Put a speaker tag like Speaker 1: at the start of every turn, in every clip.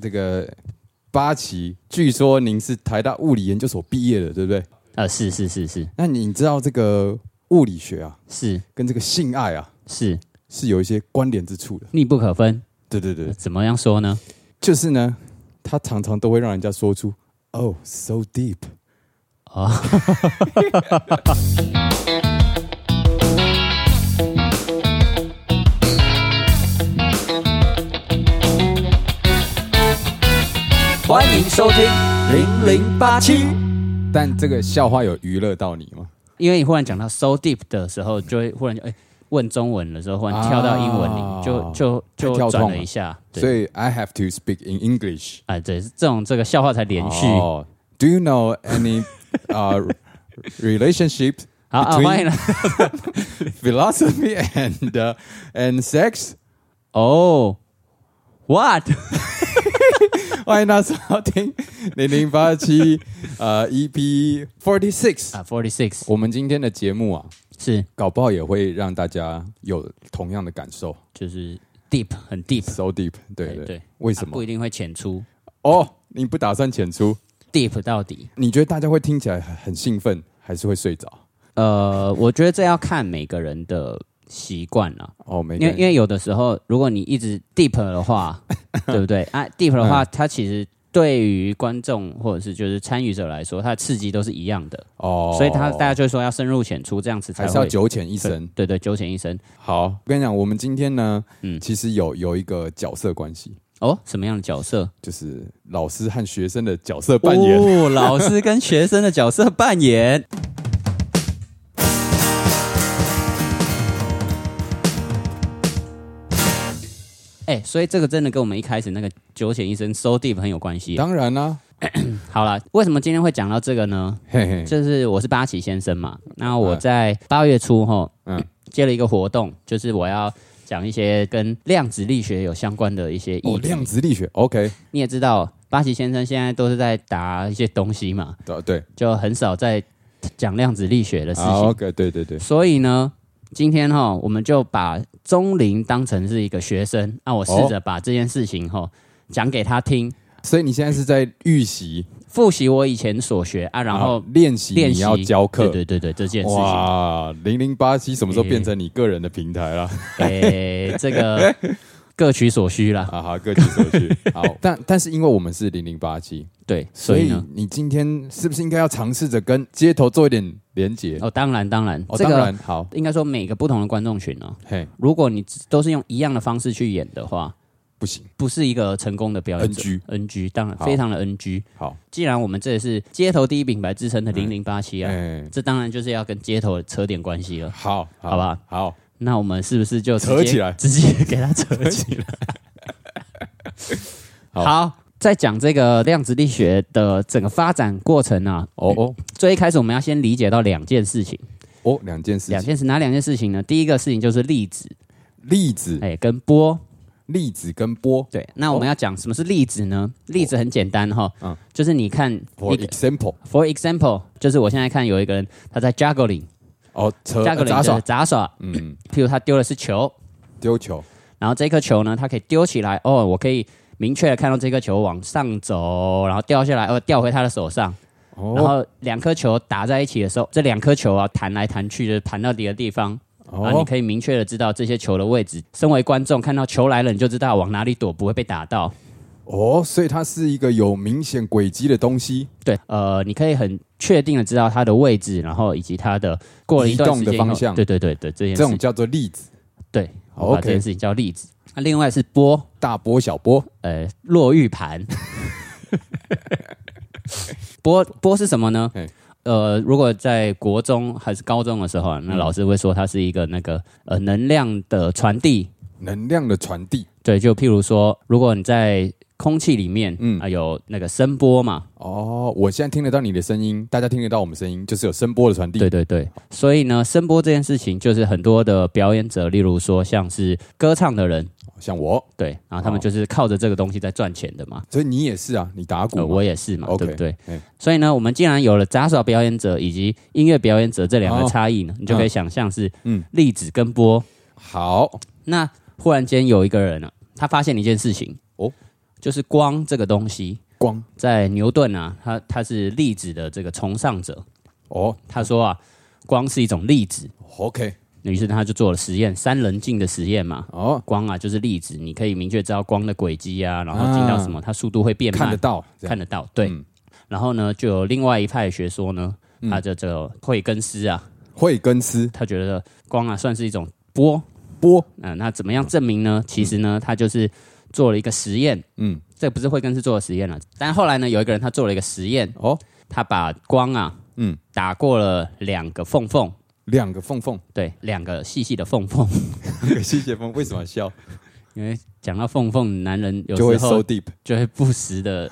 Speaker 1: 这个八旗，据说您是台大物理研究所毕业的，对不对？
Speaker 2: 呃，是是是是
Speaker 1: 那你知道这个物理学啊，
Speaker 2: 是
Speaker 1: 跟这个性爱啊
Speaker 2: 是，
Speaker 1: 是有一些关联之处的。
Speaker 2: 密不可分。
Speaker 1: 对对对，
Speaker 2: 怎么样说呢？
Speaker 1: 就是呢，他常常都会让人家说出 “Oh, so deep”。
Speaker 2: 啊欢迎收听零零八七。
Speaker 1: 但这个笑话有娱乐到你吗？
Speaker 2: 因为你忽然讲到 so deep 的时候，就会忽然就哎、问中文的时候，忽然跳到英文里，
Speaker 1: 啊
Speaker 2: 就就
Speaker 1: 太跳
Speaker 2: 就
Speaker 1: 痛
Speaker 2: 转了
Speaker 1: 了
Speaker 2: 一下。对
Speaker 1: 所以 I have to speak in English。
Speaker 2: 哎，对，这种这个笑话才连续。
Speaker 1: 哦 Do you know any 啊 relationship
Speaker 2: 好 啊，
Speaker 1: between-
Speaker 2: 欢迎来
Speaker 1: philosophy and uh, and sex？
Speaker 2: 哦、what？
Speaker 1: 欢迎大家收 听零零八七呃 EP forty six。
Speaker 2: 啊，forty six
Speaker 1: 我们今天的节目啊，
Speaker 2: 是
Speaker 1: 搞不好也会让大家有同样的感受
Speaker 2: 就是 deep 很 deep，
Speaker 1: ，so deep。对
Speaker 2: 哎
Speaker 1: 对
Speaker 2: 对
Speaker 1: 对，为
Speaker 2: 啊
Speaker 1: 什
Speaker 2: 不
Speaker 1: 么
Speaker 2: 一？定会浅出
Speaker 1: 哦，你不打算浅出？
Speaker 2: deep 到底。
Speaker 1: 你觉得大家会听起来很很兴奋，还是会睡着？
Speaker 2: 呃，我觉得这要看每个人的习惯啊了，
Speaker 1: 哦，没
Speaker 2: 因为因为有的时候，如果你一直 deep 的话，对不对啊？deep 的
Speaker 1: 嗯
Speaker 2: 话，它其实对于观众或者是就是参与者来说，它的刺激都是一样的，
Speaker 1: 哦，
Speaker 2: 所以他大家就会说要深入浅出，这样子才
Speaker 1: 还
Speaker 2: 会
Speaker 1: 是要九浅一深。
Speaker 2: 对对九浅一深。
Speaker 1: 好，我跟你讲，我们今天呢，
Speaker 2: 嗯
Speaker 1: 其实有有一个角色关系，
Speaker 2: 哦，什么样的角色
Speaker 1: 就是老师和学生的角色扮演。
Speaker 2: 哦，老师跟学生的角色扮演。哎、所以这个真的跟我们一开始那个九浅一生 so deep 很有关系。啊
Speaker 1: 当然啦、啊
Speaker 2: 好啦，为什么今天会讲到这个呢？
Speaker 1: 嘿嘿，
Speaker 2: 就是我是八旗先生嘛，那我在八月初哈，
Speaker 1: 嗯
Speaker 2: 嗯，接了一个活动，就是我要讲一些跟量子力学有相关的一些
Speaker 1: 哦，
Speaker 2: 议题。
Speaker 1: 量子力学，OK，
Speaker 2: 你也知道，八旗先生现在都是在答一些东西嘛，
Speaker 1: 对对，
Speaker 2: 就很少在讲量子力学的事情。
Speaker 1: 啊，OK，对对对，
Speaker 2: 所以呢，今天哈，我们就把钟林当成是一个学生，那我试着
Speaker 1: 哦
Speaker 2: 把这件事情哈讲给他听，
Speaker 1: 所以你现在是在预习，
Speaker 2: 复习我以前所学啊，然后
Speaker 1: 练习
Speaker 2: 练
Speaker 1: 你
Speaker 2: 习
Speaker 1: 要教课，
Speaker 2: 对对对对，这件事情，
Speaker 1: 哇，零零八七什么时候
Speaker 2: 哎
Speaker 1: 变成你个人的平台了？
Speaker 2: 诶、哎这个各取所需啦。
Speaker 1: 啊哈，各取所 需。好，但但是因为我们是零零八七，
Speaker 2: 对，
Speaker 1: 所
Speaker 2: 所以
Speaker 1: 以
Speaker 2: 呢，
Speaker 1: 你今天是不是应该要尝试着跟街头做一点连结？
Speaker 2: 哦，当然当然，
Speaker 1: 哦，
Speaker 2: 这
Speaker 1: 当
Speaker 2: 个
Speaker 1: 然好，
Speaker 2: 应该说每个不同的观众群哦，
Speaker 1: 嘿，
Speaker 2: 如果你只都是用一样的方式去演的话，
Speaker 1: 不行，
Speaker 2: 不是一个成功的表演者
Speaker 1: NG
Speaker 2: NG，当然
Speaker 1: 好
Speaker 2: 非常的 NG。
Speaker 1: 好，
Speaker 2: 既然我们这也是街头第一品牌之称的零零八七啊，
Speaker 1: 哎，
Speaker 2: 这当然就是要跟街头扯点关系了。
Speaker 1: 好，
Speaker 2: 好吧，
Speaker 1: 好，
Speaker 2: 那我们是不是就直接
Speaker 1: 扯起来
Speaker 2: 直接给它扯起来？
Speaker 1: 好
Speaker 2: 好，在讲这个量子力学的整个发展过程啊，
Speaker 1: 哦哦
Speaker 2: 最一开始我们要先理解到两件事情，
Speaker 1: 哦，两件事
Speaker 2: 两
Speaker 1: 情，
Speaker 2: 件事哪两件事情呢？第一个事情就是粒子，
Speaker 1: 粒子、
Speaker 2: 哎，跟波，
Speaker 1: 粒子跟波
Speaker 2: 对，那我们要讲什么是粒子呢？粒子很简单哈，
Speaker 1: 嗯
Speaker 2: 就是你看
Speaker 1: ，for
Speaker 2: 一个
Speaker 1: example，
Speaker 2: ，for example，就是我现在看有一个人他在 juggling，juggling
Speaker 1: 哦，扯呃杂
Speaker 2: 就是
Speaker 1: 耍，
Speaker 2: 杂耍，
Speaker 1: 嗯，
Speaker 2: 譬如他丢的是球，
Speaker 1: 丢球，
Speaker 2: 然后这颗球呢，它可以丢起来，哦，我可以明确的看到这颗球往上走，然后掉下来，哦，掉回他的手上，然
Speaker 1: 哦
Speaker 2: 后两颗球打在一起的时候，这两颗球啊弹来弹去，就是弹到别的地方。然后啊你
Speaker 1: 哦，
Speaker 2: 可以明确的知道这些球的位置。身为观众看到球来了，你就知道往哪里躲，不会被打到。
Speaker 1: 哦，所以它是一个有明显轨迹的东西，
Speaker 2: 对，呃，你可以很确定的知道它的位置，然后以及它的过了一段时间以
Speaker 1: 移
Speaker 2: 后
Speaker 1: 动的方向
Speaker 2: 对对对对，这件
Speaker 1: 这
Speaker 2: 事
Speaker 1: 种
Speaker 2: 情，
Speaker 1: 叫做粒子，
Speaker 2: 对，
Speaker 1: 哦
Speaker 2: 我把
Speaker 1: OK
Speaker 2: 这件事情叫粒子。那、另外是波，
Speaker 1: 大波小波，
Speaker 2: 呃，落玉盘。 波波是什么呢
Speaker 1: 嘿？
Speaker 2: 呃，如果在国中还是高中的时候
Speaker 1: 嗯
Speaker 2: 啊，那老师会说它是一个那个呃能量的传递。
Speaker 1: 能量的传递，
Speaker 2: 对，就譬如说，如果你在空气里面，嗯
Speaker 1: 嗯
Speaker 2: 啊、有那个声波嘛，
Speaker 1: 哦，我现在听得到你的声音，大家听得到我们声音，就是有声波的传递。
Speaker 2: 对对对，所以呢，声波这件事情，就是很多的表演者，例如说像是歌唱的人，
Speaker 1: 像我，
Speaker 2: 对，然后他
Speaker 1: 哦
Speaker 2: 们就是靠着这个东西在赚钱的嘛。
Speaker 1: 所以你也是啊，你打鼓嘛、
Speaker 2: 呃，我也是嘛
Speaker 1: OK，
Speaker 2: 对不对？
Speaker 1: 嗯
Speaker 2: 所以呢，我们既然有了杂耍表演者以及音乐表演者这两个
Speaker 1: 哦
Speaker 2: 差异呢，你就可以想象是
Speaker 1: 嗯
Speaker 2: 粒子跟波。
Speaker 1: 好
Speaker 2: 那忽然间有一个人呢、啊，他发现了一件事情
Speaker 1: 哦，
Speaker 2: 就是光这个东西，
Speaker 1: 光
Speaker 2: 在牛顿啊，他他是粒子的这个崇尚者，
Speaker 1: 哦
Speaker 2: 他说啊，光是一种粒子，
Speaker 1: ，OK，
Speaker 2: 于是他就做了实验，三棱镜的实验嘛。
Speaker 1: 哦，
Speaker 2: 光啊，就是粒子，你可以明确知道光的轨迹啊，然后进到什么，它速度会变慢，
Speaker 1: 看得到，这样嗯
Speaker 2: 看得到。对，然后呢，就有另外一派学说呢，他的这个惠更斯啊，
Speaker 1: 惠更斯
Speaker 2: 他觉得光啊算是一种波，
Speaker 1: 波，
Speaker 2: 嗯、那怎么样证明呢？其实呢，他就是做了一个实验，
Speaker 1: 嗯，
Speaker 2: 这不是惠更斯做的实验了，啊但后来呢，有一个人他做了一个实验，
Speaker 1: 哦，
Speaker 2: 他把光啊，
Speaker 1: 嗯
Speaker 2: 嗯，打过了两个缝缝，
Speaker 1: 两个缝缝，
Speaker 2: 对，两个细细的缝缝，
Speaker 1: 谢谢风为什么笑？
Speaker 2: 因为讲到缝缝，男人有
Speaker 1: 就会
Speaker 2: 时
Speaker 1: so
Speaker 2: 候
Speaker 1: deep，
Speaker 2: 就会不 时的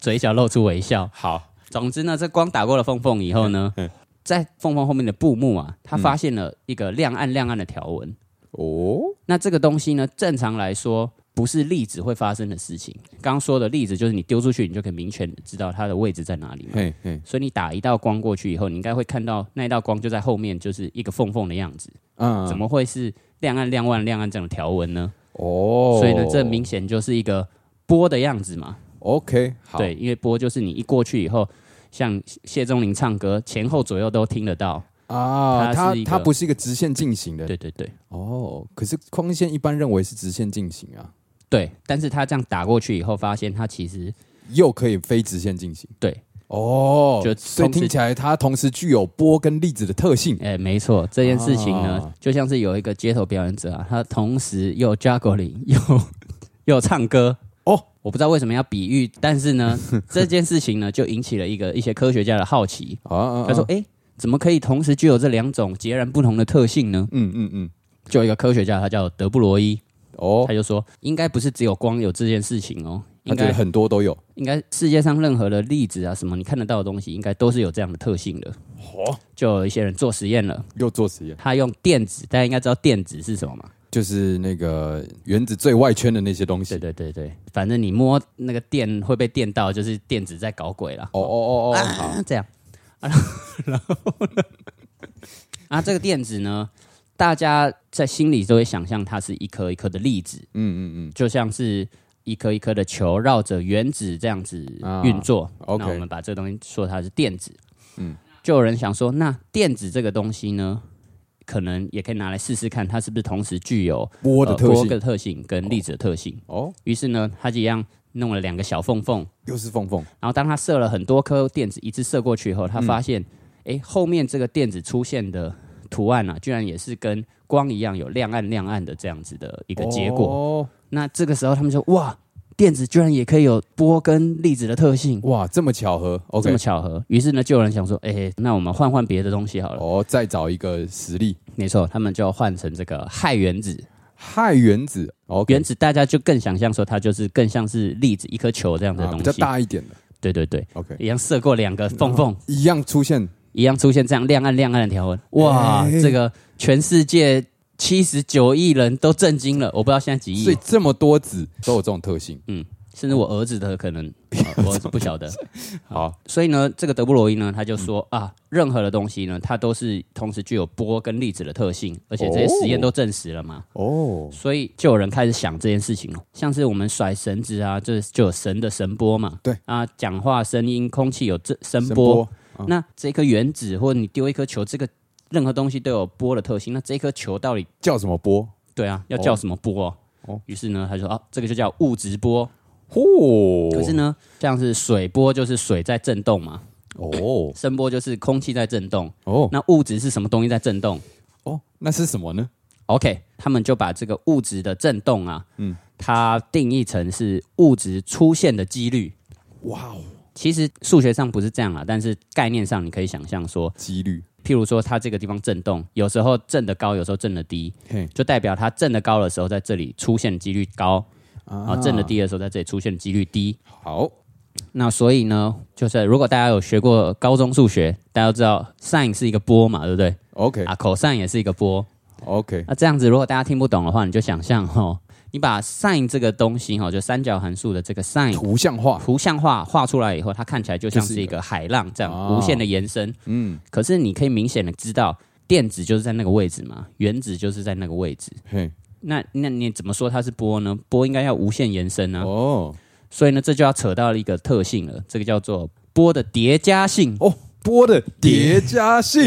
Speaker 2: 嘴角露出微笑。
Speaker 1: 好，
Speaker 2: 总之呢，这光打过了缝缝以后呢
Speaker 1: 嗯嗯，
Speaker 2: 在缝缝后面的布幕啊，他发现了一个亮暗亮暗的条纹。
Speaker 1: 哦，
Speaker 2: 那这个东西呢，正常来说不是粒子会发生的事情。刚刚说的粒子就是你丢出去，你就可以明确知道它的位置在哪里嘛。
Speaker 1: 嘿嘿，
Speaker 2: 所以你打一道光过去以后，你应该会看到那一道光就在后面，就是一个缝缝的样子。
Speaker 1: 嗯，
Speaker 2: 怎么会是亮暗亮暗亮暗这样的条纹呢？
Speaker 1: 哦，
Speaker 2: 所以呢，这明显就是一个波的样子嘛。
Speaker 1: OK，好，
Speaker 2: 对，因为波就是你一过去以后，像谢钟林唱歌，前后左右都听得到。
Speaker 1: 啊，它
Speaker 2: 它是一个
Speaker 1: 它不是一个直线进行的，
Speaker 2: 对对对
Speaker 1: 哦，可是光线一般认为是直线进行啊，
Speaker 2: 对，但是他这样打过去以后，发现他其实
Speaker 1: 又可以非直线进行，
Speaker 2: 对，
Speaker 1: 哦，
Speaker 2: 就
Speaker 1: 所以
Speaker 2: 同时
Speaker 1: 听起来它同时具有波跟粒子的特性，
Speaker 2: 哎，没错，这件事情呢，
Speaker 1: 啊
Speaker 2: 就像是有一个街头表演者啊，他同时又 juggling 又又唱歌
Speaker 1: 哦。
Speaker 2: 我不知道为什么要比喻，但 是呢，这件事情呢，就引起了一个一些科学家的好奇。
Speaker 1: 啊啊，啊
Speaker 2: 他说：“哎、怎么可以同时具有这两种截然不同的特性呢
Speaker 1: 嗯嗯嗯，？”
Speaker 2: 就有一个科学家，他叫德布罗伊，
Speaker 1: 哦
Speaker 2: 他，就说：“应该不是只有光有这件事情哦，应
Speaker 1: 他觉得
Speaker 2: 该
Speaker 1: 很多都有，
Speaker 2: 应该世界上任何的粒子啊，什么你看得到的东西，应该都是有这样的特性的。”
Speaker 1: 哦，
Speaker 2: 就有一些人做实验了，
Speaker 1: 又做实验，
Speaker 2: 他用电子，大家应该知道电子是什么嘛？
Speaker 1: 就是那个原子最外圈的那些东西
Speaker 2: 对，对对对，反正你摸那个电会被电到，就是电子在搞鬼了。
Speaker 1: 哦哦哦哦，好，
Speaker 2: 啊，这 样， 啊，然后呢？啊，这个电子呢，大家在心里都会想象它是一颗一颗的粒子，
Speaker 1: 嗯嗯嗯
Speaker 2: 就像是一颗一颗的球绕着原子这样子
Speaker 1: 啊
Speaker 2: 运作。
Speaker 1: ，OK
Speaker 2: 那我们把这个东西说它是电子。嗯，就有人想说，那电子这个东西呢，可能也可以拿来试试看，它是不是同时具有
Speaker 1: 波的
Speaker 2: 呃
Speaker 1: 特
Speaker 2: 波
Speaker 1: 性，
Speaker 2: 的特性跟粒子的特性。
Speaker 1: 哦，
Speaker 2: 于是呢，他就一样弄了两个小缝缝，
Speaker 1: 又是缝缝，
Speaker 2: 然后当他射了很多颗电子一次射过去以后，
Speaker 1: 嗯
Speaker 2: 他发现，哎、后面这个电子出现的图案啊，居然也是跟光一样有亮暗亮暗的这样子的一
Speaker 1: 一
Speaker 2: 个结果。
Speaker 1: 哦，
Speaker 2: 那这个时候他们说，哇，电子居然也可以有波跟粒子的特性，
Speaker 1: 哇，这么巧合
Speaker 2: 这
Speaker 1: ，OK
Speaker 2: 么。巧合。于是呢，就有人想说，哎、那我们换换别的东西好了。
Speaker 1: 哦，再找一个实例，
Speaker 2: 没错，他们就换成这个氦原子。
Speaker 1: 氦原子，OK，
Speaker 2: 哦原子大家就更想象说，它就是更像是粒子一颗球这样的
Speaker 1: 啊
Speaker 2: 东
Speaker 1: 比
Speaker 2: 西。
Speaker 1: 较大一嗯点的
Speaker 2: 对对对，
Speaker 1: ，OK，
Speaker 2: 一样射过两个缝缝。
Speaker 1: 一样出现
Speaker 2: 一样出现这样亮暗亮暗的条纹，哇！
Speaker 1: 哎
Speaker 2: 这个全世界七十九亿人都震惊了，我不知道现在几
Speaker 1: 所以
Speaker 2: 亿，
Speaker 1: 这么多子都有这种特性。
Speaker 2: 甚至我儿子的可 能、呃我儿子不晓得。
Speaker 1: 好，
Speaker 2: 所以呢，这个德布罗伊呢，他就说、啊，
Speaker 1: 嗯
Speaker 2: 任何的东西呢，它都是同时具有波跟粒子的特性，而且这些实验都证实了嘛。
Speaker 1: 哦，
Speaker 2: 所以就有人开始想这件事情了，像是我们甩绳子啊，这就有神的神波嘛，
Speaker 1: 对
Speaker 2: 啊，讲话声音、空气有这声
Speaker 1: 声
Speaker 2: 波，
Speaker 1: 波
Speaker 2: 那这颗原子或者你丢一颗球，这个任何东西都有波的特性。那这颗球到底
Speaker 1: 叫什么波？
Speaker 2: 对啊，要叫什么波、哦？
Speaker 1: 哦
Speaker 2: 于是呢，他就说啊，这个就叫物质波。
Speaker 1: 嚯，
Speaker 2: 可是呢，像是水波就是水在震动嘛，
Speaker 1: 哦
Speaker 2: 声波就是空气在震动。
Speaker 1: 哦
Speaker 2: 那物质是什么东西在震动
Speaker 1: 哦，那是什么呢？
Speaker 2: ？OK，他们就把这个物质的震动啊，嗯，它定义成是物质出现的几率。
Speaker 1: 哇哦，
Speaker 2: 其实数学上不是这样啊，但是概念上你可以想象说，
Speaker 1: 几率，
Speaker 2: 譬如说它这个地方震动，有时候震得高，有时候震得低，
Speaker 1: 嘿
Speaker 2: 就代表它震得高的时候在这里出现几率高，啊，震得低的时候在这里出现几率低。
Speaker 1: 好，
Speaker 2: 那所以呢，就是如果大家有学过高中数学，大家都知道 sin 是一个波嘛，对不对？
Speaker 1: OK
Speaker 2: 啊，cos 也是一个波。
Speaker 1: OK，
Speaker 2: 那这样子，如果大家听不懂的话，你就想象哦，你把 sin 这个东西哦，就三角函数的这个 sin
Speaker 1: 图像化，
Speaker 2: 啊图像化画出来以后，它看起来就像
Speaker 1: 就是
Speaker 2: 是
Speaker 1: 一
Speaker 2: 一个海浪这样
Speaker 1: 哦
Speaker 2: 无限的延伸。
Speaker 1: 嗯，
Speaker 2: 可是你可以明显的知道，电子就是在那个位置嘛，原子就是在那个位置。
Speaker 1: 嘿，
Speaker 2: 那那你怎么说它是波呢？波应该要无限延伸啊。
Speaker 1: 哦，
Speaker 2: 所以呢，这就要扯到了一个特性了，这个叫做波的叠加性。
Speaker 1: 哦，波的叠加性，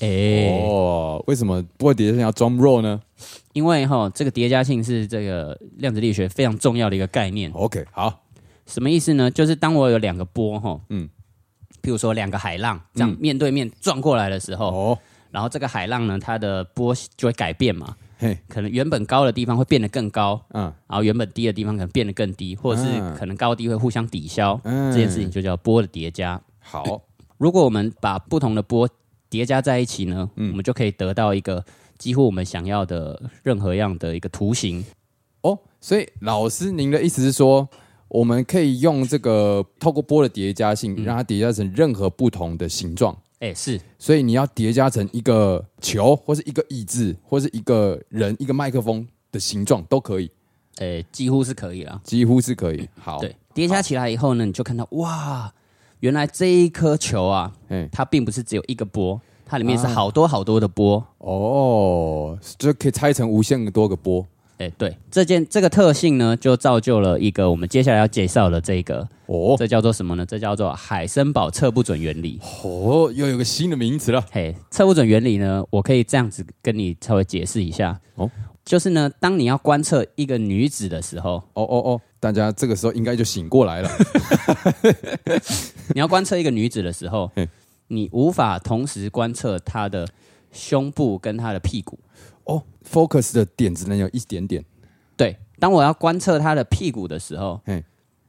Speaker 2: 哎、
Speaker 1: 哦，为什么波的叠加性要 drum roll 呢
Speaker 2: 因为哈，这个叠加性是这个量子力学非常重要的一个概念。
Speaker 1: ？OK，好，
Speaker 2: 什么意思呢？就是当我有两个波哈，
Speaker 1: 嗯
Speaker 2: 嗯，譬如说两个海浪这样
Speaker 1: 嗯
Speaker 2: 面对面撞过来的时候，
Speaker 1: 哦，
Speaker 2: 然后这个海浪呢，它的波就会改变嘛，
Speaker 1: 嘿，
Speaker 2: 可能原本高的地方会变得更高，
Speaker 1: 嗯
Speaker 2: 然后原本低的地方可能变得更低，或者是
Speaker 1: 嗯
Speaker 2: 可能高低会互相抵消，
Speaker 1: 嗯
Speaker 2: 这件事情就叫波的叠加。
Speaker 1: 好，
Speaker 2: 如果我们把不同的波叠加在一起呢，
Speaker 1: 嗯
Speaker 2: 我们就可以得到一个几乎我们想要的任何样的一个图形。
Speaker 1: 哦，所以老师您的意思是说，我们可以用这个透过波的叠加
Speaker 2: 嗯
Speaker 1: 性，让它叠加成任何不同的形状。
Speaker 2: 哎，是
Speaker 1: 所以你要叠加成一个球，或是一个椅子，或是一个人、一个麦克风的形状都可以，
Speaker 2: 呃，几乎是可以了。
Speaker 1: 几乎是可以。好，
Speaker 2: 对，叠加起来以后呢，你就看到哇，原来这一颗球啊，
Speaker 1: 哎，
Speaker 2: 它并不是只有一个波，它里面是
Speaker 1: 啊
Speaker 2: 好多好多的波。
Speaker 1: 哦，就可以拆成无限多个波。
Speaker 2: 哎，对，这件这个特性呢，就造就了一个我们接下来要介绍的这个，
Speaker 1: 哦
Speaker 2: 这叫做什么呢？这叫做海森堡测不准原理。
Speaker 1: 哦，又有个新的名词了。
Speaker 2: 嘿，测不准原理呢，我可以这样子跟你稍微解释一下。
Speaker 1: 哦
Speaker 2: 哦，就是呢，当你要观测一个女子的时 候，
Speaker 1: 哦哦哦，大家这个时候应该就醒过来了。
Speaker 2: 你要观测一个女子的时候
Speaker 1: 嘿，
Speaker 2: 你无法同时观测她的胸部跟她的屁股。
Speaker 1: 哦，focus 的点只能有一点点。
Speaker 2: 对，当我要观测她的屁股的时候
Speaker 1: 嘿，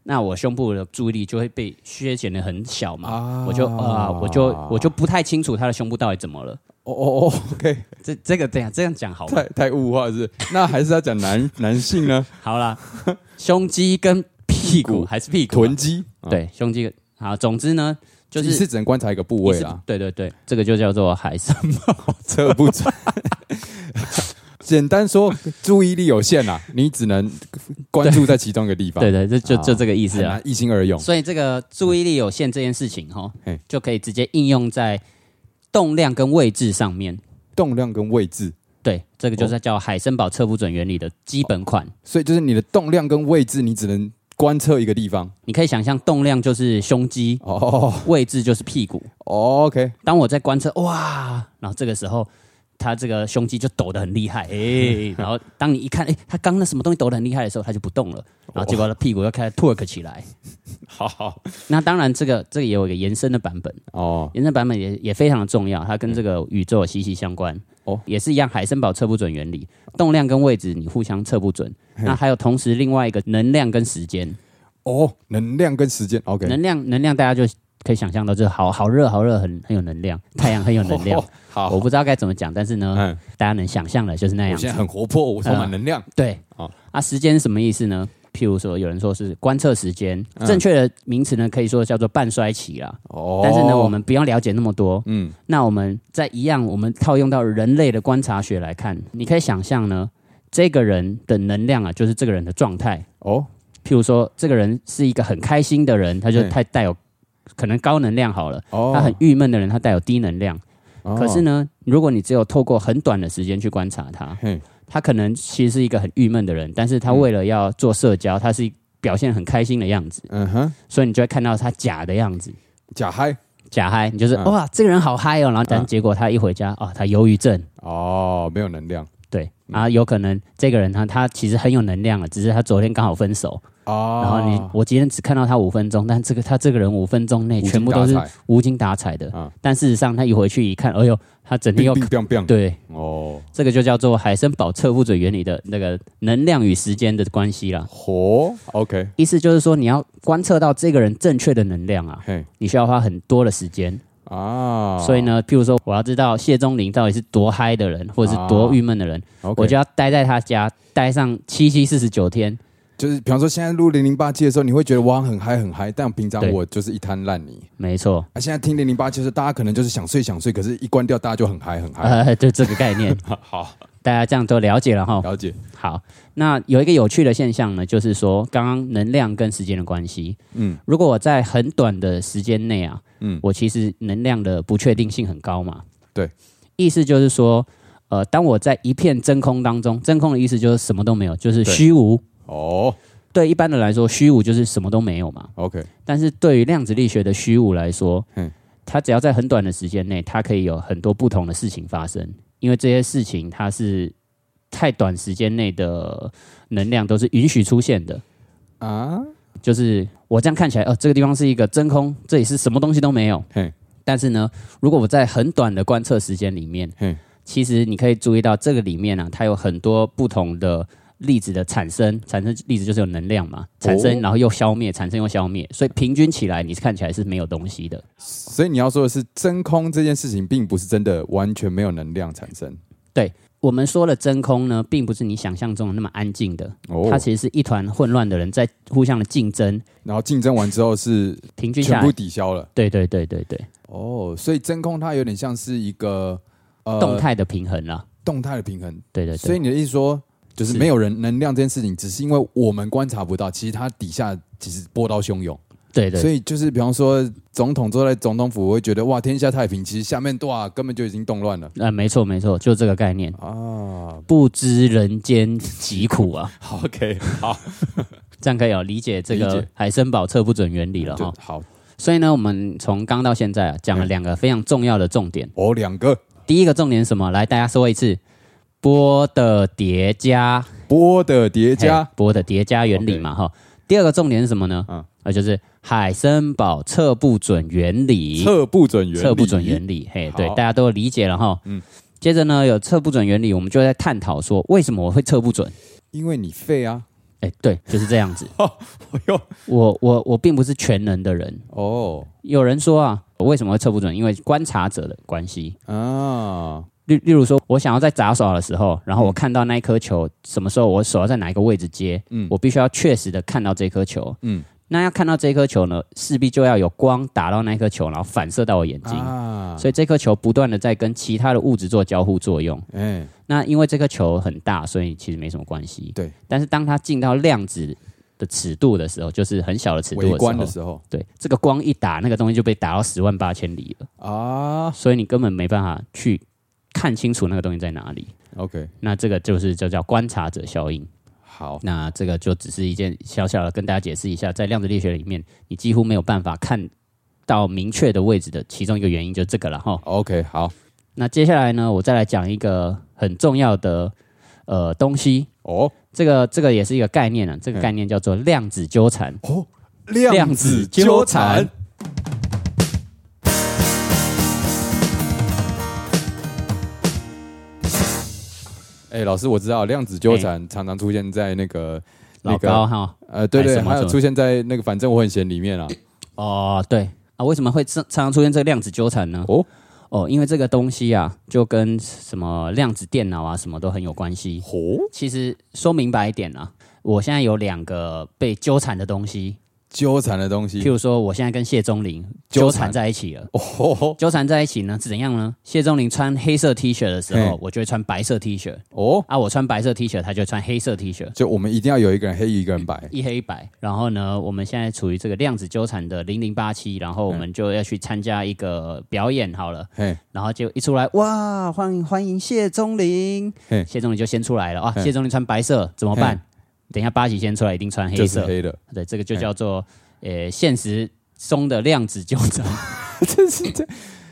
Speaker 2: 那我胸部的注意力就会被削减的很小嘛，
Speaker 1: 啊
Speaker 2: 我就啊、我就我就不太清楚她的胸部到底怎么了。
Speaker 1: 哦哦哦，OK，
Speaker 2: 这这个这样这样讲好吗
Speaker 1: 太？太物化了是不是那还是要讲 男男性呢？
Speaker 2: 好啦，胸肌跟屁
Speaker 1: 屁股
Speaker 2: 股还是屁股啊
Speaker 1: 臀肌，啊，
Speaker 2: 对，胸肌好，总之呢，就
Speaker 1: 一
Speaker 2: 是
Speaker 1: 次只能观察一个部位啦，
Speaker 2: 对对对，这个就叫做海参。
Speaker 1: 测不 准。简单说，注意力有限啦，你只能关注在其中一个地方，
Speaker 2: 对对，这就就这个意思
Speaker 1: 很
Speaker 2: 啊
Speaker 1: 难。一心二用。
Speaker 2: 所以这个注意力有限这件事情哈
Speaker 1: 嘿，
Speaker 2: 就可以直接应用在动量跟位置上面。
Speaker 1: 动量跟位置，
Speaker 2: 对，这个就是叫海森堡测不准原理的基本款。
Speaker 1: 所以就是你的动量跟位置，你只能观测一个地方。
Speaker 2: 你可以想象，动量就是胸肌，
Speaker 1: 哦
Speaker 2: 位置就是屁股。
Speaker 1: 哦，OK，
Speaker 2: 当我在观测，哇，然后这个时候。他这个胸肌就抖得很厉害，哎、然后当你一看，哎、他刚那什么东西抖得很厉害的时候，他就不动了，然后结果他屁股又开始 twerk 起来，
Speaker 1: 好好
Speaker 2: 那当然，这个这个也有一个延伸的版本，
Speaker 1: 哦，
Speaker 2: 延伸版本也也非常的重要，它跟这个宇宙有息息相关。
Speaker 1: 哦
Speaker 2: 哦，也是一样，海森堡测不准原理，动量跟位置你互相测不准。那还有同时另外一个能量跟时间，
Speaker 1: 哦，能量跟时间，OK，
Speaker 2: 能量能量大家就可以想象到，就是好好热好热，很很有能 量，太阳很有能量
Speaker 1: 哦。好，
Speaker 2: 我不知道该怎么讲，但是呢，
Speaker 1: 嗯，
Speaker 2: 大家能想象的就是那
Speaker 1: 我
Speaker 2: 样
Speaker 1: 现在
Speaker 2: 子。
Speaker 1: 很活泼，我充
Speaker 2: 嗯
Speaker 1: 满能量。
Speaker 2: 对
Speaker 1: 哦
Speaker 2: 啊，时间是什么意思呢？譬如说，有人说是观测时间，
Speaker 1: 嗯
Speaker 2: 正确的名词呢，可以说叫做半衰期啦。
Speaker 1: 哦
Speaker 2: 但是呢，我们不要了解那么多。
Speaker 1: 嗯，
Speaker 2: 那我们在一样，我们套用到人类的观察学来看，你可以想象呢，这个人的能量啊，就是这个人的状态。
Speaker 1: 哦，
Speaker 2: 譬如说，这个人是一个很开心的人，他就
Speaker 1: 嗯
Speaker 2: 太带有可能高能量好了；
Speaker 1: 哦，
Speaker 2: 他很郁闷的人，他带有低能量。
Speaker 1: 哦，
Speaker 2: 可是呢，如果你只有透过很短的时间去观察他，
Speaker 1: 嘿，
Speaker 2: 他可能其实是一个很郁闷的人，但是他
Speaker 1: 嗯
Speaker 2: 为了要做社交，他是表现很开心的样子，
Speaker 1: 嗯哼，
Speaker 2: 所以你就会看到他假的样子。
Speaker 1: 假嗨，
Speaker 2: 假嗨，你就是、
Speaker 1: 嗯
Speaker 2: 哇，这个人好嗨哦，然后但结果他一回家啊、哦他忧郁症，
Speaker 1: 哦，没有能量
Speaker 2: 对，
Speaker 1: 嗯
Speaker 2: 啊，有可能这个人他他其实很有能量了，只是他昨天刚好分手，
Speaker 1: 哦，
Speaker 2: 然后你我今天只看到他五分钟，但这个他这个人五分钟内
Speaker 1: 无精
Speaker 2: 全部都是
Speaker 1: 打采
Speaker 2: 无精打采的，
Speaker 1: 嗯
Speaker 2: 但事实上他一回去一看，哎呦，他整天
Speaker 1: 冰冰
Speaker 2: 又
Speaker 1: 冰冰，
Speaker 2: 对，
Speaker 1: 哦，
Speaker 2: 这个就叫做海森堡测不准原理的那个能量与时间的关系啦。
Speaker 1: 火，OK，
Speaker 2: 意思就是说，你要观测到这个人正确的能量啊，
Speaker 1: 嘿，
Speaker 2: 你需要花很多的时间。
Speaker 1: 啊，
Speaker 2: 所以呢，譬如说，我要知道谢钟林到底是多嗨的人，或者是多郁闷的人，
Speaker 1: 哦 OK，
Speaker 2: 我就要待在他家待上七七四十九天。
Speaker 1: 就是，比方说现在录零零八七的时候，你会觉得哇很嗨很嗨，但平常
Speaker 2: 对
Speaker 1: 我就是一滩烂泥。
Speaker 2: 没错，
Speaker 1: 啊，现在听零零八七的时候，大家可能就是想睡想睡，可是一关掉大家就很嗨很嗨。
Speaker 2: 呃， 就这个概念，
Speaker 1: 好，
Speaker 2: 大家这样都了解了哈。
Speaker 1: 了解。
Speaker 2: 好，那有一个有趣的现象呢，就是说，刚刚能量跟时间的关系。
Speaker 1: 嗯
Speaker 2: 嗯，如果我在很短的时间内啊，
Speaker 1: 嗯
Speaker 2: 嗯，我其实能量的不确定性很高嘛。
Speaker 1: 对，
Speaker 2: 意思就是说，呃，当我在一片真空当中，真空的意思就是什么都没有，就是
Speaker 1: 对
Speaker 2: 虚无。
Speaker 1: 哦
Speaker 2: 对一般人来说，虚无就是什么都没有嘛。
Speaker 1: ，OK，
Speaker 2: 但是对于量子力学的虚无来说
Speaker 1: 嗯，
Speaker 2: 它只要在很短的时间内，它可以有很多不同的事情发生，因为这些事情它是太短时间内的能量都是允许出现的。
Speaker 1: 啊，
Speaker 2: 就是我这样看起来，哦、这个地方是一个真空，这里是什么东西都没有
Speaker 1: 嘿。
Speaker 2: 但是呢，如果我在很短的观测时间里面
Speaker 1: 嘿，
Speaker 2: 其实你可以注意到这个里面啊，它有很多不同的粒子的产生，产生粒子就是有能量嘛，产生
Speaker 1: 哦
Speaker 2: 然后又消灭，产生又消灭，所以平均起来你是看起来是没有东西的。
Speaker 1: 所以你要说的是，真空这件事情并不是真的完全没有能量产生
Speaker 2: 我们说的真空呢，并不是你想象中的那么安静的，
Speaker 1: 哦
Speaker 2: 它，其实是一团混乱的人在互相的竞争，
Speaker 1: 然后竞争完之后是
Speaker 2: 平均
Speaker 1: 全
Speaker 2: 下
Speaker 1: 部
Speaker 2: 来，
Speaker 1: 抵消了
Speaker 2: 对对对对对，
Speaker 1: 哦，所以真空它有点像是一个呃
Speaker 2: 动态的平衡啦，
Speaker 1: 动态的平衡，
Speaker 2: 对对对。
Speaker 1: 所以你的意思说，就是
Speaker 2: 是
Speaker 1: 没有人能量这件事情，只是因为我们观察不到，其实它底下其实波涛汹涌。
Speaker 2: 对对
Speaker 1: 所以就是，比方说总统坐在总统府，我会觉得哇，天下太平。其实下面哇，根本就已经动乱了
Speaker 2: 啊、没错没错，就这个概念，
Speaker 1: 啊。
Speaker 2: 不知人间疾苦 啊，
Speaker 1: 好 OK，好，
Speaker 2: 这样可以哦，理解这
Speaker 1: 理
Speaker 2: 个
Speaker 1: 解
Speaker 2: 海森堡测不准原理了哈、
Speaker 1: 就好。
Speaker 2: 所以呢，我们从刚到现在啊，讲了两个非常重要的重点。
Speaker 1: 哦，两个
Speaker 2: 第一个重点是什么？来，大家说一次，波的叠加，
Speaker 1: 波的叠加
Speaker 2: 嘿波的叠加原理嘛哈、第二个重点是什么呢？
Speaker 1: 嗯
Speaker 2: 嗯，呃，就是海森堡测不准原理。
Speaker 1: 测不准原理，
Speaker 2: 测不准原理，嘿，对
Speaker 1: 好，
Speaker 2: 大家都有理解了哈。
Speaker 1: 嗯
Speaker 2: 嗯，接着呢，有测不准原理，我们就在探讨说，为什么我会测不准？
Speaker 1: 因为你废 啊。
Speaker 2: 哎，对，就是 这样子。
Speaker 1: 哎呦，
Speaker 2: 我我我并不是全能的人。
Speaker 1: 哦
Speaker 2: 有人说啊，我为什么会测不准？因为观察者的关系。
Speaker 1: 啊，
Speaker 2: 例例如说，我想要在杂耍的时候，然后我看到那一颗球，什么时候我手要在哪一个位置接，
Speaker 1: 嗯
Speaker 2: 我必须要确实的看到这颗球，
Speaker 1: 嗯
Speaker 2: 嗯，那要看到这颗球呢，势必就要有光打到那颗球，然后反射到我眼睛，
Speaker 1: 啊，
Speaker 2: 所以这颗球不断的在跟其他的物质做交互作用。
Speaker 1: 哎、
Speaker 2: 那因为这颗球很大，所以其实没什么关系。
Speaker 1: 对，
Speaker 2: 但是当它进到量子的尺度的时候，就是很小的尺度
Speaker 1: 围观的
Speaker 2: 的时候，
Speaker 1: 时候
Speaker 2: 对，这个光一打，那个东西就被打到十万八千里了，
Speaker 1: 啊
Speaker 2: 所以你根本没办法去看清楚那个东西在哪里。
Speaker 1: ，OK，
Speaker 2: 那这个就是就叫观察者效应。
Speaker 1: 好，
Speaker 2: 那这个就只是一件小小的跟大家解释一下，在量子力学里面，你几乎没有办法看到明确的位置的其中一个原因就是这个了哈。
Speaker 1: OK，好，
Speaker 2: 那接下来呢，我再来讲一个很重要的呃东西，
Speaker 1: 哦
Speaker 2: 这个这个也是一个概念
Speaker 1: 嗯
Speaker 2: 啊，这个概念叫做量子纠缠。
Speaker 1: 哦，量子纠缠，哎、老师，我知道量子纠缠常常出现在那个、那
Speaker 2: 哎老
Speaker 1: 个
Speaker 2: 高哈，
Speaker 1: 呃，对
Speaker 2: 哎
Speaker 1: 对，
Speaker 2: 什么
Speaker 1: 还有
Speaker 2: 什么
Speaker 1: 出现在那个反正我很闲里面啊。
Speaker 2: 哦对啊，为什么会常常常出现这个量子纠缠呢？
Speaker 1: 哦
Speaker 2: 哦，因为这个东西啊，就跟什么量子电脑啊什么都很有关系。
Speaker 1: 哦，
Speaker 2: 其实说明白一点啊，我现在有两个被纠缠的东西，
Speaker 1: 纠缠的东
Speaker 2: 譬
Speaker 1: 西，
Speaker 2: 如说我现在跟谢钟林
Speaker 1: 嗯纠缠
Speaker 2: 纠缠在一起了。
Speaker 1: 哦
Speaker 2: 纠缠在一起呢是怎样呢？谢钟林穿黑色 T 恤的时
Speaker 1: 嘿
Speaker 2: 候，我就会穿白色 T 恤
Speaker 1: 哦，
Speaker 2: 啊；我穿白色 T 恤，他就穿黑色 T 恤，
Speaker 1: 就我们一定要有一个人黑，一个人白。
Speaker 2: 一黑一白。然后呢，我们现在处于这个量子纠缠的零零八七，然后我们就要去参加一个表演好了。
Speaker 1: 嘿，
Speaker 2: 然后就一出来，哇，欢迎欢迎谢钟林
Speaker 1: 嘿，
Speaker 2: 谢钟林就先出来了啊
Speaker 1: 嘿！
Speaker 2: 谢钟林穿白色怎么办？等一下八喜先出来，一定穿黑
Speaker 1: 就是
Speaker 2: 色。
Speaker 1: 黑的，
Speaker 2: 对，这个就
Speaker 1: 嘿
Speaker 2: 叫做呃现实中的量子纠缠。
Speaker 1: 这是这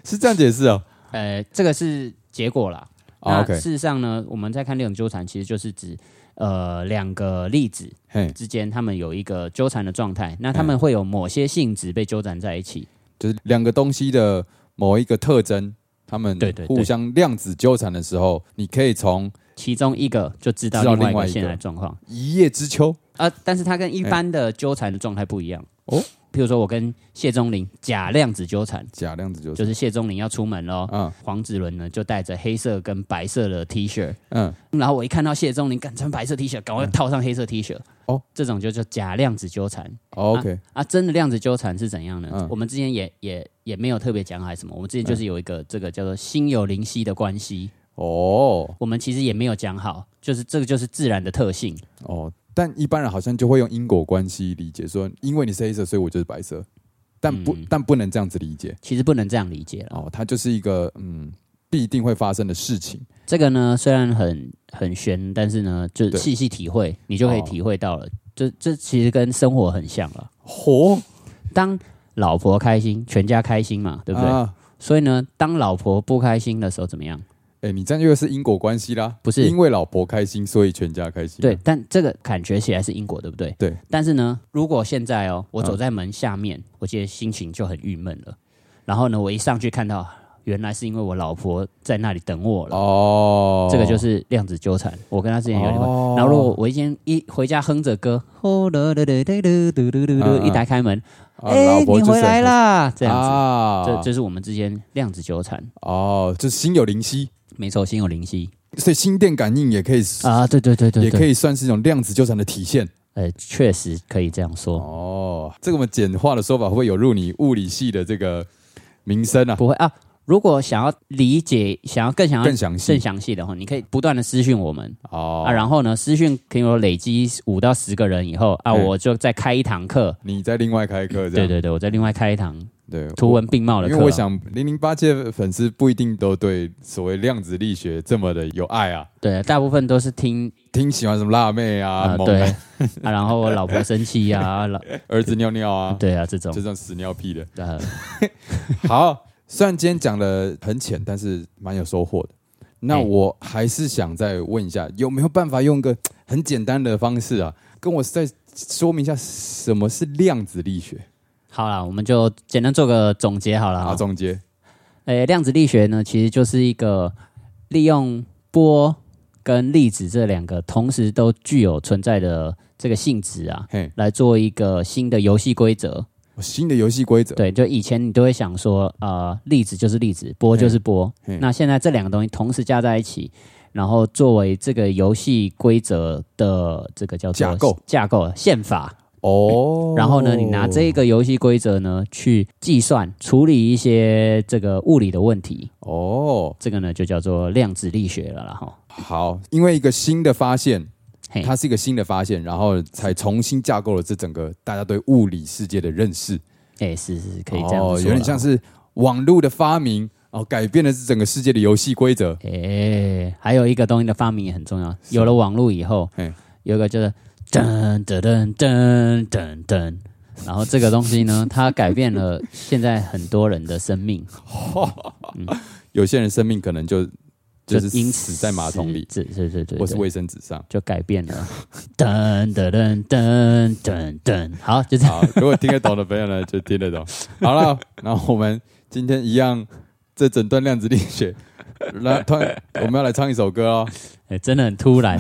Speaker 1: 是这样解释哦。
Speaker 2: 呃，这个是结果啦。
Speaker 1: 啊
Speaker 2: 那
Speaker 1: OK，
Speaker 2: 事实上呢，我们在看量子纠缠，其实就是指呃两个粒子
Speaker 1: 嘿，
Speaker 2: 之间它们有一个纠缠的状态，那它
Speaker 1: 哎
Speaker 2: 们会有某些性质被纠缠在一起。
Speaker 1: 就是两个东西的某一个特征，他们
Speaker 2: 对对对
Speaker 1: 互相量子纠缠的时候，你可以从
Speaker 2: 其中一个就知道
Speaker 1: 知道
Speaker 2: 另外一
Speaker 1: 另外
Speaker 2: 个
Speaker 1: 一个
Speaker 2: 现在状况，
Speaker 1: 一叶知秋
Speaker 2: 啊，但是它跟一般的纠缠的状态不一样
Speaker 1: 哦
Speaker 2: 哦。譬如说，我跟谢钟林假量子纠缠，
Speaker 1: 假量子纠
Speaker 2: 就
Speaker 1: 缠，
Speaker 2: 是哦谢钟林要出门喽，
Speaker 1: 嗯
Speaker 2: 黄子伦呢就带着黑色跟白色的 T 恤，
Speaker 1: 嗯，
Speaker 2: 然后我一看到谢钟林敢穿白色 T 恤，赶快套上黑色 T 恤。
Speaker 1: 哦
Speaker 2: 哦，这种就叫假量子纠缠
Speaker 1: 哦 OK，
Speaker 2: 啊！真的量子纠缠是怎样呢？
Speaker 1: 嗯
Speaker 2: 我们之前也也也没有特别讲还是什么，我们之前就是有一个这个叫做心有灵犀的关系，
Speaker 1: 哦
Speaker 2: 我们其实也没有讲好，就是这个就是自然的特性。
Speaker 1: 哦，但一般人好像就会用因果关系理解，说因为你是黑色，所以我就是白
Speaker 2: 嗯
Speaker 1: 色，但不、但不能这样子理解
Speaker 2: 其实不能这样理解了。
Speaker 1: 哦，它就是一个嗯必定会发生的事情。
Speaker 2: 这个呢，虽然很很玄，但是呢，就
Speaker 1: 对
Speaker 2: 细细体会，你就可以
Speaker 1: 哦
Speaker 2: 体会到了。这这其实跟生活很像了。
Speaker 1: 嚯，
Speaker 2: 当老婆开心，全家开心嘛，对不对？
Speaker 1: 啊
Speaker 2: 所以呢，当老婆不开心的时候，怎么样？
Speaker 1: 哎、你这样又是因果关系啦，
Speaker 2: 不是
Speaker 1: 因为老婆开心，所以全家开心。
Speaker 2: 对，，但这个感觉起来是因果，对不对？
Speaker 1: 啊对。
Speaker 2: 但是呢，如果现在哦，我走在门下面，我今天心情就很郁闷了。然后呢，我一上去看到，原来是因为我老婆在那里等我了。
Speaker 1: 哦，
Speaker 2: 这个就是量子纠缠，我跟她之前有点关。
Speaker 1: 哦
Speaker 2: 然后如果我一天一回家哼着歌，哦啦啦啦啦啦啦啦啦
Speaker 1: 嗯
Speaker 2: 一打开门，
Speaker 1: 啊
Speaker 2: 哎，
Speaker 1: 老婆
Speaker 2: 你
Speaker 1: 就是
Speaker 2: 回来啦，这样子，
Speaker 1: 啊
Speaker 2: 这这是我们之间量子纠缠，
Speaker 1: 哦，就心有灵犀，
Speaker 2: 没错，心有灵犀
Speaker 1: 所以心电感应也可以，
Speaker 2: 啊，对对对对
Speaker 1: 也可
Speaker 2: 对，
Speaker 1: 以算是一种量子纠缠的体现。
Speaker 2: 呃，确实可以这样说。
Speaker 1: 哦，这个我们简化的说法会不会有入你物理系的这个名声啊？
Speaker 2: 不会啊。如果想要理解，想要更想要
Speaker 1: 更详细
Speaker 2: 更详细的话，你可以不断的私讯我们、
Speaker 1: 哦，
Speaker 2: 啊，然后呢，私讯可以有累积五到十个人以后啊，
Speaker 1: 嗯
Speaker 2: 我就再开一堂课。
Speaker 1: 你再另外开课这
Speaker 2: 对
Speaker 1: 样，
Speaker 2: 对对，我再另外开一堂
Speaker 1: 对对，
Speaker 2: 图文并茂的课。啊
Speaker 1: 因为我，想零零八届的粉丝不一定都对所谓量子力学这么的有爱啊，
Speaker 2: 对，大部分都是听
Speaker 1: 听喜欢什么辣妹啊、
Speaker 2: 啊，
Speaker 1: 猛
Speaker 2: 对
Speaker 1: 男
Speaker 2: 啊，然后我老婆生气呀、啊，老
Speaker 1: 儿子尿尿啊，
Speaker 2: 对啊，这种
Speaker 1: 就这种屎尿屁的。
Speaker 2: 呃，
Speaker 1: 好，虽然今天讲的很浅，但是蛮有收获的。那
Speaker 2: 哎
Speaker 1: 我还是想再问一下，有没有办法用个很简单的方式啊，跟我再说明一下什么是量子力学
Speaker 2: 好啦，我们就简单做个总结好了
Speaker 1: 啊？
Speaker 2: 啊。
Speaker 1: 总结
Speaker 2: 诶，量子力学呢，其实就是一个利用波跟粒子这两个同时都具有存在的这个性质啊，
Speaker 1: 嘿，
Speaker 2: 来做一个新的游戏规则。
Speaker 1: 新的游戏规则，
Speaker 2: 对，就以前你都会想说，呃，粒子就是粒子，波就是波。
Speaker 1: 嘿嘿
Speaker 2: 那现在这两个东西同时加在一起，然后作为这个游戏规则的这个叫做
Speaker 1: 架构、
Speaker 2: 架构、宪法。
Speaker 1: 哦。
Speaker 2: 然后呢，你拿这个游戏规则呢去计算、处理一些这个物理的问题。
Speaker 1: 哦，
Speaker 2: 这个呢就叫做量子力学了啦哈。
Speaker 1: 好，因为一个新的发现，
Speaker 2: 嘿，
Speaker 1: 它是一个新的发现，然后才重新架构了这整个大家对物理世界的认识。
Speaker 2: 哎、是是是可以这样子说啦、
Speaker 1: 哦，有点像是网络的发明哦，改变了整个世界的游戏规则。
Speaker 2: 哎、还有一个东西的发明也很重要，有了网络以后
Speaker 1: 嘿，
Speaker 2: 有一个就是噔噔噔噔噔噔，然后这个东西呢，它改变了现在很多人的生命，
Speaker 1: 有些人生命可能就 就是
Speaker 2: 因
Speaker 1: 死在马桶里，
Speaker 2: 是是是是，
Speaker 1: 或是
Speaker 2: 对
Speaker 1: 卫生纸上。
Speaker 2: 就改变了，噔噔噔噔噔噔，好，就这样，
Speaker 1: 好，如果听得懂的朋友呢，就听得懂。好了，那我们今天一样，这整段量子力学，来，突然我们要来唱一首歌哦。
Speaker 2: 哎、真的很 突然，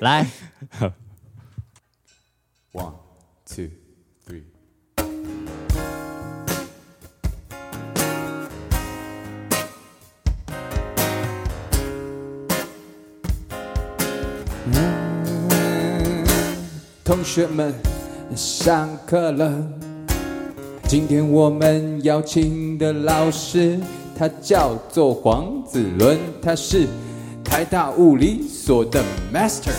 Speaker 2: 来。
Speaker 1: One, two, three。同学们，上课了。今天我们邀请的老师，他叫做黄子伦，他是台大物理所的 Master。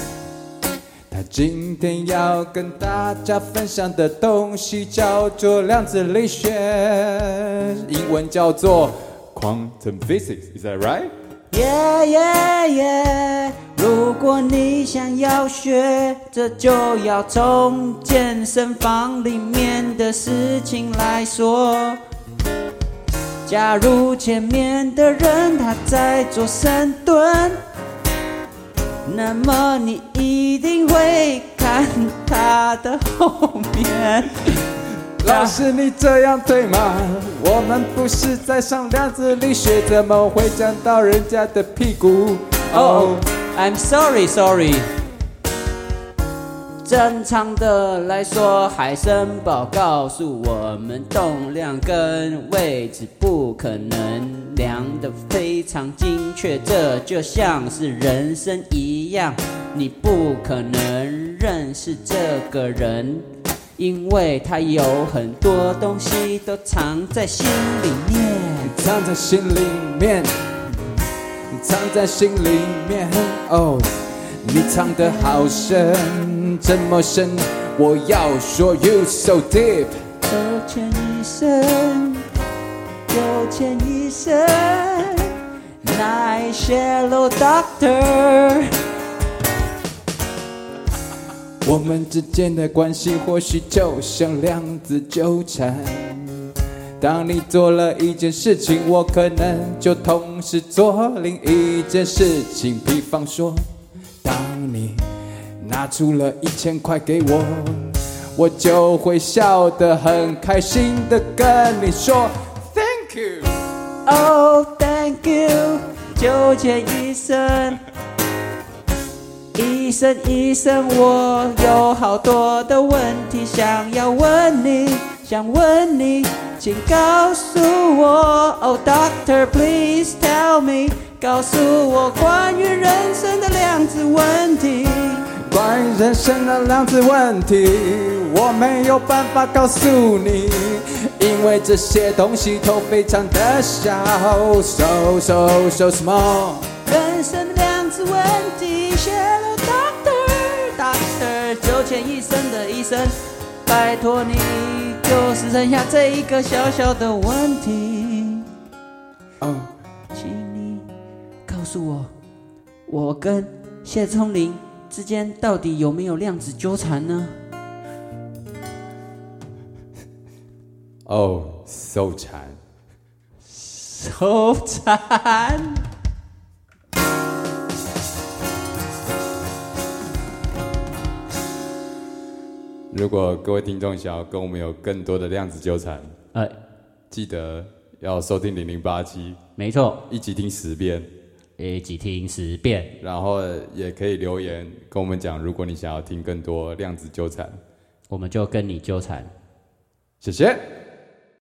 Speaker 1: 他今天要跟大家分享的东西叫做量子力学，英文叫做 quantum physics，is that right？
Speaker 2: 耶耶耶！如果你想要学，这就要从健身房里面的事情来说。假如前面的人他在做深蹲，那么你一定会看他的后面。
Speaker 1: 老师，你这样对吗？我们不是在上量子力学，怎么会讲到人家的屁股？哦、
Speaker 2: 哦、i m sorry sorry。正常的来说，海森堡告诉我们，动量跟位置不可能量得非常精确，这就像是人生一样，你不可能认识这个人，因为他有很多东西都藏在心里面。
Speaker 1: 藏在心里面，藏在心里面。哦，你藏得好深，这么深，我要说 you so deep。
Speaker 2: 有钱医生，有钱医生，那
Speaker 3: My Shallow Doctor。
Speaker 4: 我们之间的关系或许就像量子纠缠。当你做了一件事情，我可能就同时做另一件事情。比方说，当你拿出了一千块给我，我就会笑得很开心的跟你说 Thank you。
Speaker 3: Oh, thank you，纠结医生。医生，医生，我有好多的问题想要问你，想问你，请告诉我。Oh, doctor, please tell me，告诉我关于人生的量子问题。
Speaker 4: 关于人生的两子问题，我没有办法告诉你，因为这些东西都非常的小，so so so small。
Speaker 3: 人生的量子问题，Shallow Doctor Doctor，九浅一生的医生，拜托你，就是剩下这一个小小的问题，
Speaker 4: 哦，
Speaker 3: 请你告诉我，我跟谢聪林之间到底有没有量子纠缠呢？
Speaker 4: 哦，搜缠。
Speaker 3: 纠缠。
Speaker 4: 如果各位听众想要跟我们有更多的量子纠缠，
Speaker 3: 呃，
Speaker 4: 记得要收听零零八七，
Speaker 3: 没错，
Speaker 4: 一集听十遍，
Speaker 3: 一起听十遍。
Speaker 4: 然后也可以留言跟我们讲，如果你想要听更多量子纠缠，
Speaker 3: 我们就跟你纠缠。
Speaker 4: 谢谢。